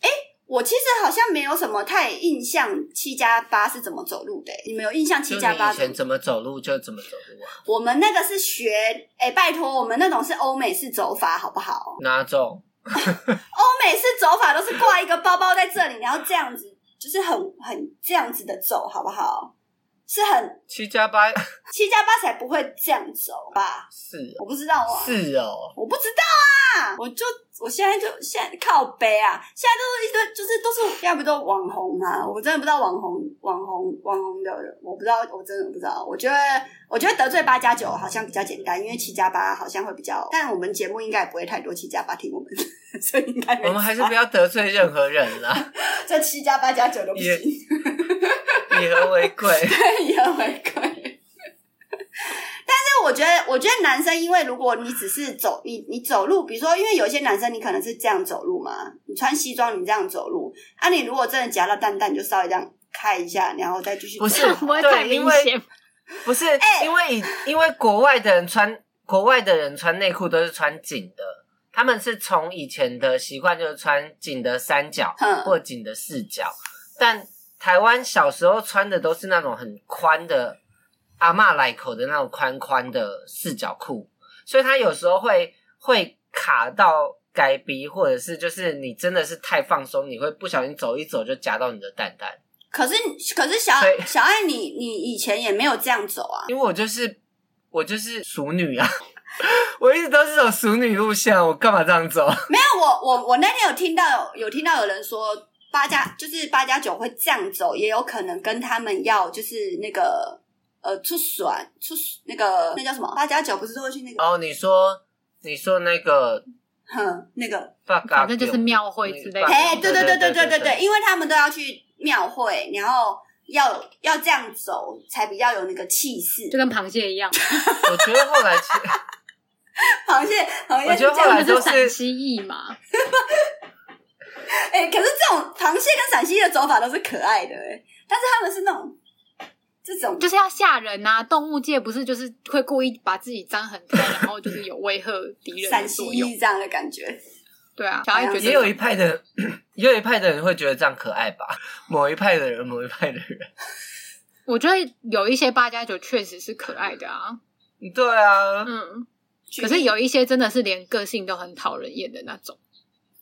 哎，我其实好像没有什么太印象七加八是怎么走路的诶。欸你们有印象就七你加八以怎前么？怎么走路就怎么走路啊？我们那个是学，哎，拜托，我们那种是欧美式走法，好不好？哪种？欧美式走法都是挂一个包包在这里，然后这样子，就是很很这样子的走，好不好？是很七加八七加八才不会这样走吧？是我不知道啊，是哦，我不知道啊，我就我现在就现在靠背啊，现在都是一堆，就是都是要不都网红啊，我真的不知道网红网红网红的人，我不知道，我真的不知道。我觉得我觉得得罪八加九好像比较简单，因为七加八好像会比较，但我们节目应该也不会太多七加八听我们， 所以应该没我们还是差不要得罪任何人啦， 这七加八加九都不行也，以和为贵。 也很回馈。但是我觉得，我觉得男生，因为如果你只是走，你你走路，比如说，因为有些男生你可能是这样走路嘛，你穿西装你这样走路，啊，你如果真的夹到蛋蛋，你就稍微这样开一下，然后再继续走。不 是不会太对明因为显吧 不是因为以因为国外的人穿国外的人穿内裤都是穿紧的，他们是从以前的习惯就是穿紧的三角哼，或紧的四角，但台湾小时候穿的都是那种很宽的阿嬷来口的那种宽宽的四角裤，所以它有时候会会卡到该逼，或者是就是你真的是太放松，你会不小心走一走就夹到你的蛋蛋。可是可是小对小爱你，你以前也没有这样走啊，因为我就是我就是熟女啊，我一直都是走熟女路线，我干嘛这样走？没有我我我那天有听到有听到有人说八加就是八加九会这样走，也有可能跟他们要就是那个呃出选出那个那叫什么八加九不是都会去那个然后你说你说那个哼那个发嘎，反正就是庙会之类的哎嘿对对对对对对对，，因为他们都要去庙会，然后要要这样走才比较有那个气势 就。跟螃蟹一样。我觉得后来其实螃蟹螃蟹我是觉这得样后他来们子，是都是陕西裔嘛，哎、可是这种螃蟹跟陕西的走法都是可爱的、哎，但是他们是那种这种就是要吓人呐、动物界不是就是会故意把自己张很开，然后就是有威吓敌人陕的西作用。这样的感觉。对啊，小爱觉得也有一派的也有一派的人会觉得这样可爱吧，某一派的人，某一派的人，我觉得有一些八加九确实是可爱的啊，对啊，嗯，举可例是有一些真的是连个性都很讨人厌的那种，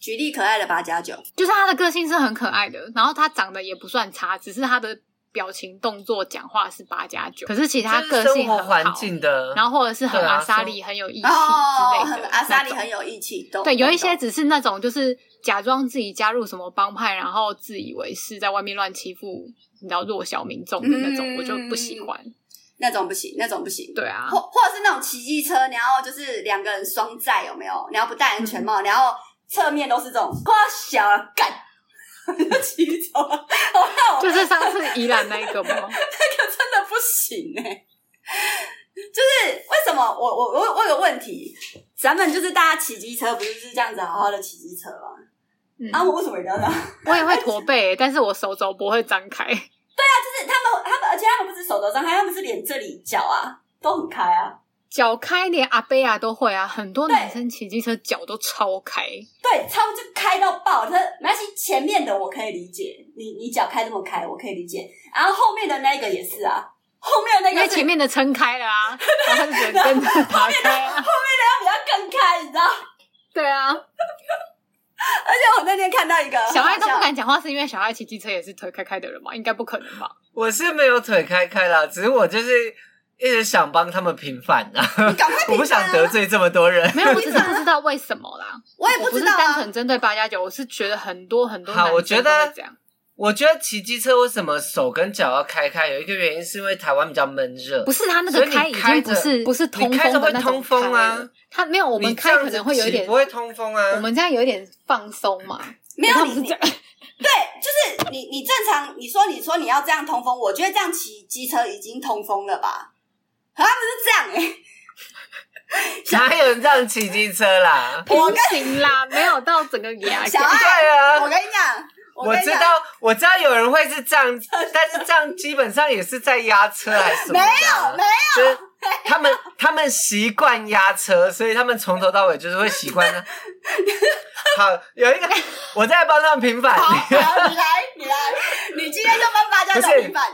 举例可爱的八加九，就是他的个性是很可爱的，然后他长得也不算差，只是他的表情、动作、讲话是八加九，可是其他就是个生性活很环好，境的，然后或者是很对啊阿莎莉、很有义气之类哦，的很那种，阿莎莉很有义气，懂对，懂有一些懂只是那种就是假装自己加入什么帮派，然后自以为是，在外面乱欺负你知道弱小民众的那种，嗯我就不喜欢。那种不行，那种不行。对啊或，或者是那种骑机车，然后就是两个人双嗯载，有没有？然后不戴安全帽，然后侧面都是这种花小干， 骑走了。我那我就是上次宜兰那个 吗？那个真的不行哎、就是为什么我我我我有问题，咱们就是大家骑机车不就是这样子好好的骑机车吗？嗯，啊，我为什么一定要这样？我也会驼背，但是我手肘不会张开。就是他们他们，而且他们不是手肘张开，他们是连这里脚啊都很开啊。脚开连阿贝亚都会啊，很多男生骑机车脚都超开，对，超就开到爆。他没关系，前面的我可以理解，你你脚开这么开，我可以理解。然后后面的那一个也是啊， 后面的因那为个是前面的撑开了啊，然后他就只能跟着爬开啊。他比较更开，你知道？对 啊，而且我那天看到一个小爱都不很好笑敢讲话，是因为小爱骑机车也是腿开开的人嘛？应该不可能 吧？我是没有腿开开啦，只是我就是一直想帮他们平反啊，你赶快我不平反啊想得罪这么多人。没有，我只是不知道为什么啦。我也我不是知道单啊纯。针对八加九，我是觉得很多很多好男生我觉得都会这样。我觉得骑机车为什么手跟脚要开开，有一个原因是因为台湾比较闷热不。是他那所个以你开已开经不着是不是你通开风的着会那种通风啊开了，他没有我们你开这样可子能会有一骑点不，会通风啊。我们这样有一点放松嘛。没有他你不是这样，对，就是你你正常，你说你说你要这样通风，我觉得这样骑机车已经通风了吧？可他们是这样哎、哪有人这样骑机车啦？我不行啦，没有到整个牙小根爱对我啊，跟你讲，我跟你知讲，道，我知道有人会是这样，但是这样基本上也是在压车还是什么的没啊？有没有，就是他们他们习惯压车，所以他们从头到尾就是会习惯呢。好，有一个我在帮他们平反，好，好你来你来，你今天就帮八家不是找平反。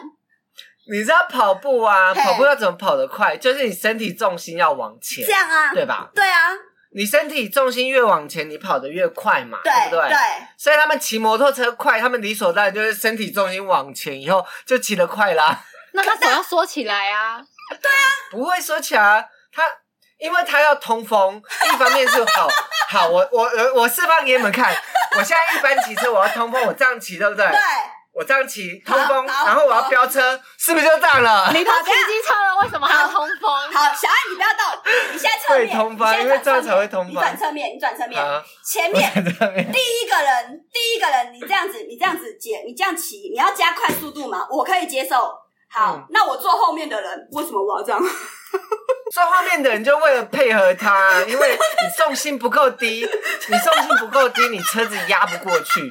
你知道跑步啊，嘿跑步要怎么跑得快？就是你身体重心要往前这，样啊，对吧？对啊，你身体重心越往前，你跑得越快嘛，对不对？所以他们骑摩托车快，他们理所当然就是身体重心往前，以后就骑得快 啦。那他手要缩起来啊。不会说起来，他因为他要通风，一方面是 好好，我我我我示范给你们看。我现在一般骑车，我要通风，我这样骑，对不对？对，我这样骑通风，好好然后我要飙车，是不是就这样了？ 你都骑机车了，为什么还要通风？好，小爱你不要到，你现在侧面，会通吧你现在转侧面因为这样才会通吧你转侧面，你转侧面，啊，前我面在这边第一个人，第一个人，你这样子，你这样子姐，你这样骑，你要加快速度嘛，我可以接受。好，嗯那我坐后面的人，为什么我要这 样？坐后面的人就为了配合他，因为你重心不够低，你重心不够低，你车子压不过去，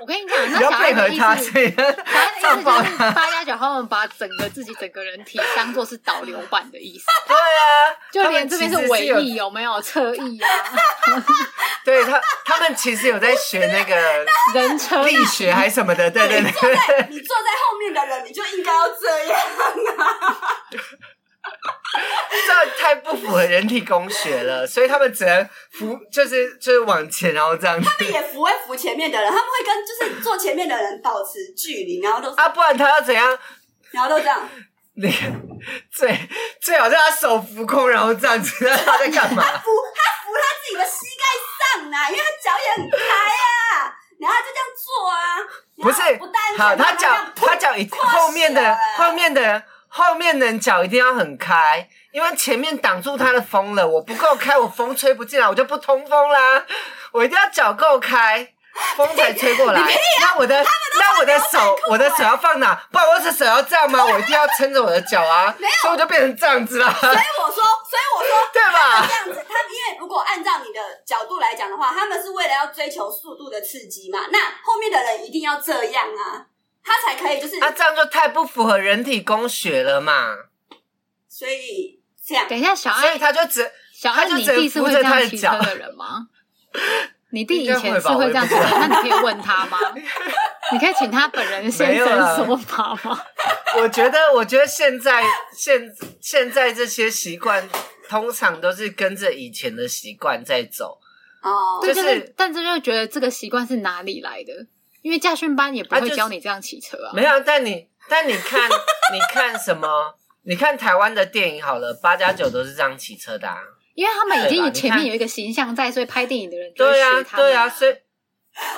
我跟你讲，你那要小配爱合的意他，思，所以小爱的意上思报就是八加九他们把整个自己整个人体当做是导流版的意思，对啊， 就他们连这边其实尾有翼有没有侧翼啊，对他，他们其实有在学 那个人车力学还什么的，对对 你坐对。在你坐在后面的人，你就应该要这样。这太不符合人体工学了，所以他们只能扶，就是就是往前，然后这样子他们也扶会扶前面的人，他们会跟就是坐前面的人保持距离，然后都是啊，不然他要怎样？然后都这样。那个最最好是他手扶空，然后这样子，他在干嘛？扶他扶他自己的膝盖上啊，因为他脚也很开啊，然后他就这样做啊，然后不是不但好，他脚他脚一后面的后面面的人后面的人脚一定要很开，因为前面挡住他的风了，我不够开，我风吹不进来，我就不通风啦，我一定要脚够开。风才吹过来，那我的那我的手我的手要放哪？不然我的手要这样吗？我一定要撑着我的脚 啊，所以我就变成这样子啦，啊所以我说，所以我说。 对吧这？样子，他因为如果按照你的角度来讲的话，他们是为了要追求速度的刺激嘛，那后面的人一定要这样啊，他才可以就是，啊，这样就太不符合人体工学了嘛，所以这样 等一下，小所以爱，他就只小爱，他就你只弟是扶会着这他样的骑车脚的人 吗？你弟以应该前会是吧我会也这样不骑的知道，那你可以问他 吗？你可以请他本人现没有身啦说法吗？我觉得，我觉得现在现现在这些习惯，通常都是跟着以前的习惯在走。哦，对，就就是是，但这就觉得这个习惯是哪里来的？因为驾训班也不啊就会是教你这样骑车啊。没有，但你但你看，你看什么？你看台湾的电影好了，八加九都是这样骑车的啊。因为他们已对吧经你前面看有一个形象在，所以拍电影的人就会对啊学，他们对啊，所以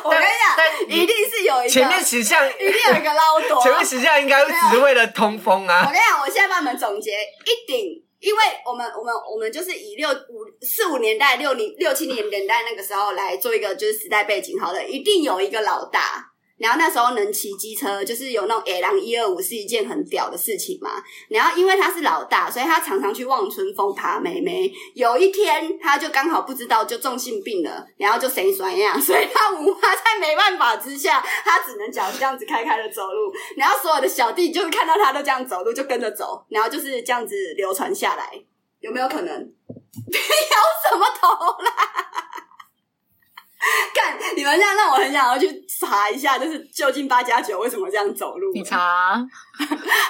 我跟你但讲，但一定是有一个前面形象，一定有一个捞多，前面形象应该只是为了通风我啊。跟你讲，我现在帮你们总结一顶，因为我们我们我们就是以六五四五年代、六零六七年年代那个时候来做一个就是时代背景，好了，一定有一个老大，然后那时候能骑机车，就是有那种 A 狼一二五是一件很屌的事情嘛。然后因为他是老大，所以他常常去望春风爬妹妹。有一天他就刚好不知道就重性病了，然后就谁酸呀，所以他无法在没办法之下，他只能脚这样子开开的走路。然后所有的小弟就是看到他都这样走路，就跟着走，然后就是这样子流传下来，有没有可能？ 摇什么头啦？ 干，你们这样让我很想要去查一下，就是究竟八加九为什么这样走路？你查， 啊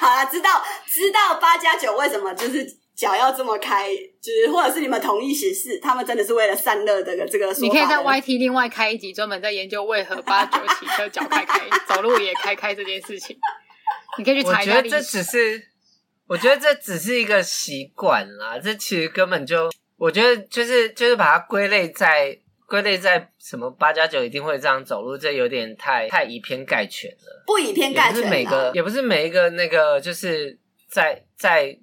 好了，知道知道八加九为什么就是脚要这么开，就是或者是你们同意显示，他们真的是为了散热这个这个说法的。你可以在 YT 另外开一集，专门在研究为何八九骑车脚开开，走路也开开这件事情。你可以去我查一觉下得历这史。只是，我觉得这只是一个习惯啦，这其实根本就，我觉得就是就是把它归类在归类在什么八加九一定会这样走路，这有点太太以偏概全了，不以偏也概不是全哦每啦个，也不是每一个那个就是在在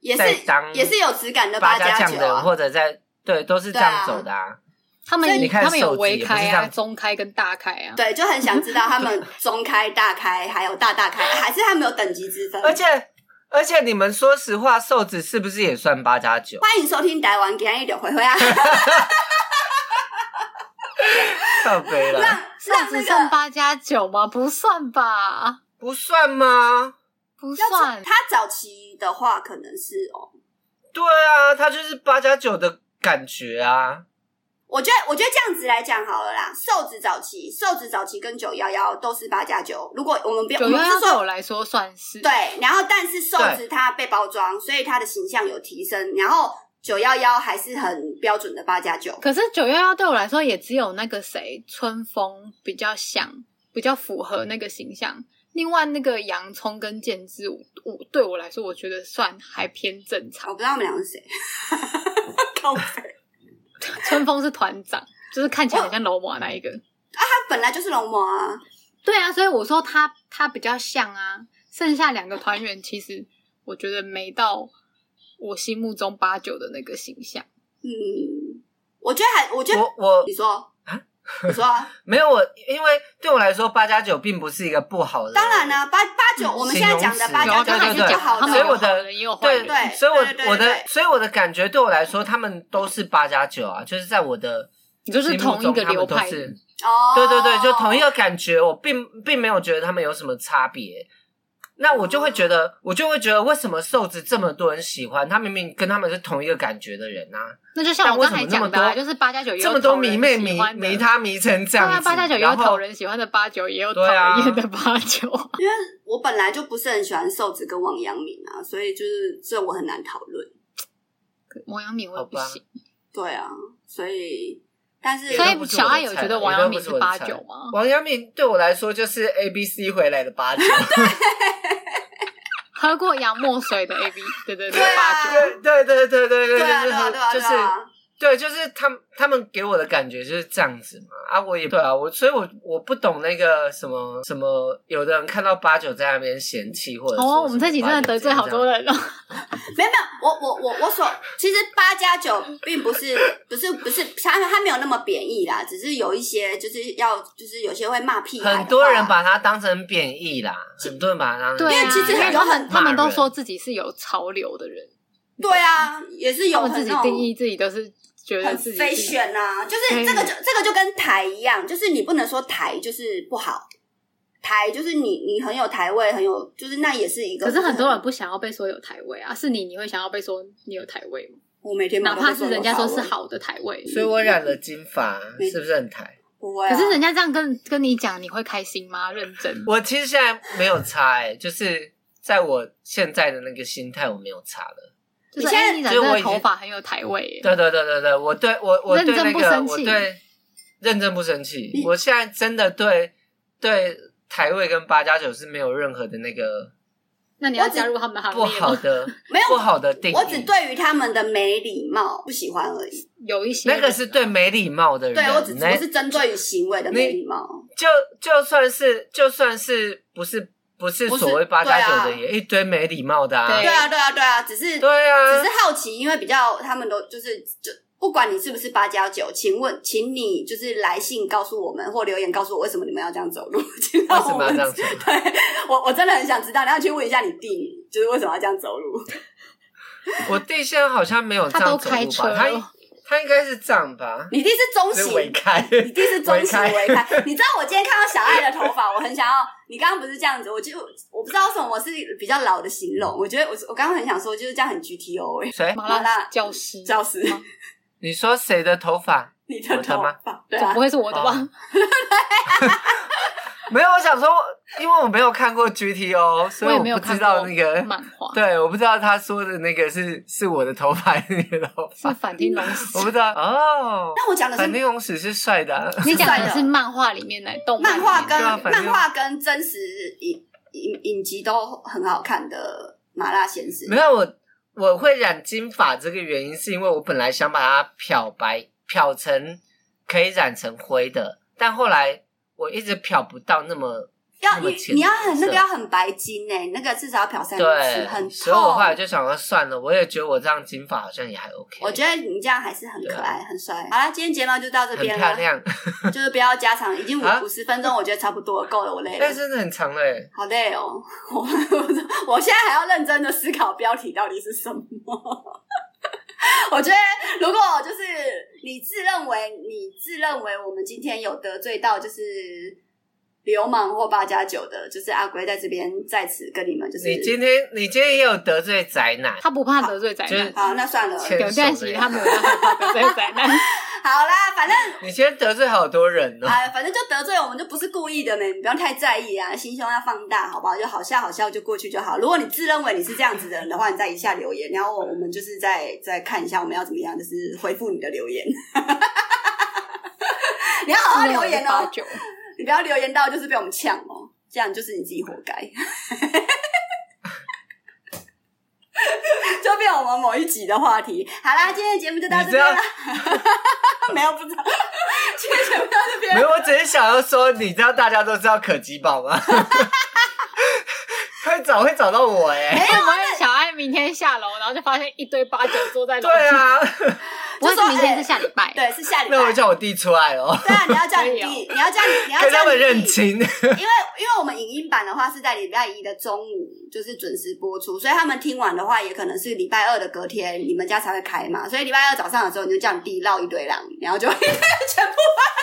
也是在当也是有质感的八加酱九的人啊。或者在对都是这样走的啊，他们所以你看他们有手机微也不开是这啊、样中开跟大开啊。对，就很想知道他们中开、大开，还有大大开，还是他们有等级之分。而且而且你们说实话，瘦子是不是也算八加九？欢迎收听台湾给一柳回回啊，靠背了，上让次那算个八加九吗？不算吧，不算吗？不要算是。他早期的话，可能是哦。对啊，他就是八加九的感觉啊。我觉得，我觉得这样子来讲好了啦。瘦子早期，瘦子早期跟九幺幺都是八加九。如果我们不要，九我幺们幺是对我说来说算是对，然后但是瘦子他被包装，所以他的形象有提升。然后九幺幺还是很标准的八加九。可是九幺幺对我来说也只有那个谁春风比较像，比较符合那个形象。另外那个洋葱跟建之，我我对我来说，我觉得算还偏正常。我不知道他们俩是谁， 靠北春风是团长，就是看起来很像龙马那一个。他本来就是龙魔啊，对啊，所以我说他他比较像啊。剩下两个团员，其实我觉得没到我心目中八九的那个形象。嗯，我觉得还，我觉得我我你说，你说啊， 没有我，因为对我来说八加九并不是一个不好的。当然啦、八八九，嗯我们现在讲的八大有加啊，家九刚才就是是对对不讲好他们所以有我的。的好人也有坏对人，对所以我对对我的对所以我的感觉对我来说，他们都是八加九啊，就是在我的你就是心目同一中个他流们都派。是哦，对对对，就同一个感觉，我并并没有觉得他们有什么差别。那我就会觉得，我就会觉得，为什么瘦子这么多人喜欢？他明明跟他们是同一个感觉的人啊，那就像我刚才讲的、但为什么那么啊，多就是八加九也有这么多讨人迷妹喜迷欢的迷他迷成这对样啊，子，八加九也有然后讨人喜欢的八九，也有讨对啊人厌的八九。因为我本来就不是很喜欢瘦子跟王阳明啊，所以就是这我很难讨论。王阳明我也不行，对啊，所以但是也所都以不是小我的爱有菜觉得也王都阳不明是我的八菜九吗？王阳明对我来说就是 A B C 回来的 八九，喝过洋墨水的 A B，对对对，对啊八九。对对对对对对，对啊就对啊是对啊就对是啊，对，就是他们他们给我的感觉就是这样子嘛。啊，我也对啊，我所以我我不懂那个什么什么，有的人看到八九在那边嫌弃，或者哦，我们这这集真的得罪好多。人哦。没有没有，我我我我所其实八加九并不是不是不是，他他没有那么贬义啦，只是有一些就是要就是有些会骂屁孩的话，很多人把它当成贬义啦，很多人把它当成对因啊，为其实很多他们很他们骂都人说自己是有潮流的人，对啊，也是他有们自很己那种定义自己都是觉得很自己非是选啊，就是对这个就这个就跟台一样，就是你不能说台就是不好，台就是你你很有台味，很有就是那也是一个。可是很多人不想要被说有台位啊，是你你会想要被说你有台位吗？我每天哪忙都怕会是说人家我说是味，好的台位，所以我染了金发，是不是很台？不会啊、可是人家这样跟跟你讲，你会开心吗？认真，我其实现在没有差、欸，就是在我现在的那个心态，我没有差了。就是你现在哎你染就是这我个已经头发很有台位耶，对对对对对，我对我我对认真那不个生我气对认真不生气你，我现在真的对对台位跟八加九是没有任何的那个那你要我只加入他们行不列好吗？的啊没有 不好的定义，我只对于他们的没礼貌不喜欢而已。有一些那个人是啊对没礼貌的人，对我只那我是针对于行为的没礼貌。就就算是就算是不是不是不是所谓八加九对的，啊也一堆没礼貌的啊对对啊对啊对啊，只是对啊只是好奇，因为比较他们都就是就不管你是不是八加九，请问，请你就是来信告诉我们，或留言告诉我为什么你们要这样走路？请为让什我么要们这样做？对我我真的很想知道，然后去问一下你弟，就是为什么要这样走路？我弟现在好像没有这他都样走开路车吧？他了，他应该是这样吧？你弟是中是型，尾开， 你弟是中型围开围开。你知道我今天看到小爱的头发，我很想要。你刚刚不是这样子，我就我不知道为什么我是比较老的形容，我觉得我我刚刚很想说就是这样很 GTO 哎、谁？麻麻辣辣教师，教师吗你说谁的头发？你的我的头吗发对总啊不，会是我的吧？哦 没有，我想说，因为我没有看过 GTO，所 我以也我没有不看知过道那个。漫画， 对，我不知道他说的那个是是我的头发还是你的头 是发，反町隆我史。不知道哦。那我讲的是反町隆史是帅 的啊、你讲帅的的是漫画里面来动漫漫画里跟面对啊反正漫画跟真实影影影集都很好看的麻辣鲜师没，有我我会染金发这个原因，是因为我本来想把它漂白，漂成可以染成灰的，但后来我一直漂不到那么要那么你浅你要很那色个要很白金哎、那个至少要漂三次，很对，所以我后来透。就想说算了，我也觉得我这样金发好像也还 OK，我觉得你这样还是很可爱，很帅。好了，今天节目就到这啊很边漂了。亮， 就是不要加长，已经啊五五十分钟，我觉得差不多了够了，我累但了，是哎很长嘞。好累哦。我我现在还要认真的思考标题到底是什么。我觉得，如果就是你自认为你自认为我们今天有得罪到就是流氓或八加九的，就是阿龟在这边在此跟你们就是你今天你今天也有得罪宅男，他不怕得罪宅就是男，好，那算了，切有段时他没有让他怕得罪宅男，好啦，反正你今天得罪好多人 哦。哎，反正就得罪我们，就不是故意的没，你不要太在意啊，心胸要放大，好不好？就好笑好笑就过去就好。如果你自认为你是这样子的人的话，你在以下留言，然后我们就是再再看一下我们要怎么样，就是回复你的留言。你要好好留言八哦，九，你不要留言到就是被我们呛哦，这样就是你自己活该。 就变我们某一集的话题。好啦，今天的节目就到这边了。 没有不知道， 今天节目到这边没。有，我只是想要说，你知道大家都知道可吉宝吗？ 会找会找到我哎、没有，小爱明天下楼，然后就发现一堆八九坐在楼对下，啊，不会就说是明天是下礼拜，对，啊是下礼拜。那我叫我弟出来哦，对啊，你要叫你可以弟，你要叫你，你要跟他叫们你认弟，亲。因为因为我们影音版的话是在礼拜一的中午就是准时播出，所以他们听完的话也可能是礼拜二的隔天，你们家才会开嘛，所以礼拜二早上的时候你就叫你弟绕一堆狼，然后就 全部八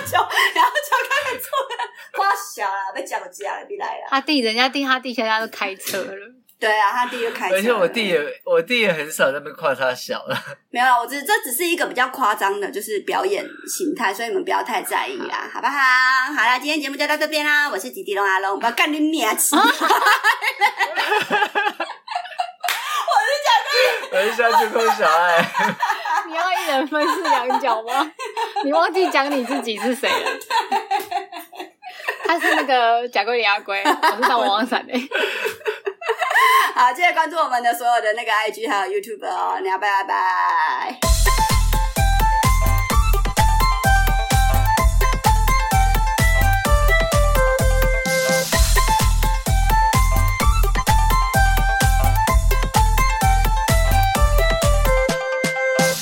九，然后就开始做了，瓜小啦，被讲家了，别啊来了。他弟人家弟他弟现在都开车了，对啊，他弟就开车了，而且 我弟也，我弟也很少在被夸他小了。没有啦，我只这只是一个比较夸张的，就是表演形态，所以你们不要太在意啦，好不好？好啦，今天节目就到这边啦，我是吉迪龙阿龙，我不要干你娘气！我是小九控小爱，你要一人分饰两角吗？你忘记讲你自己是谁了？他是那个贾桂里阿龟，我是当王王伞的。好，记得关注我们的所有的那个 IG 还有 YouTube 哦，你要拜拜。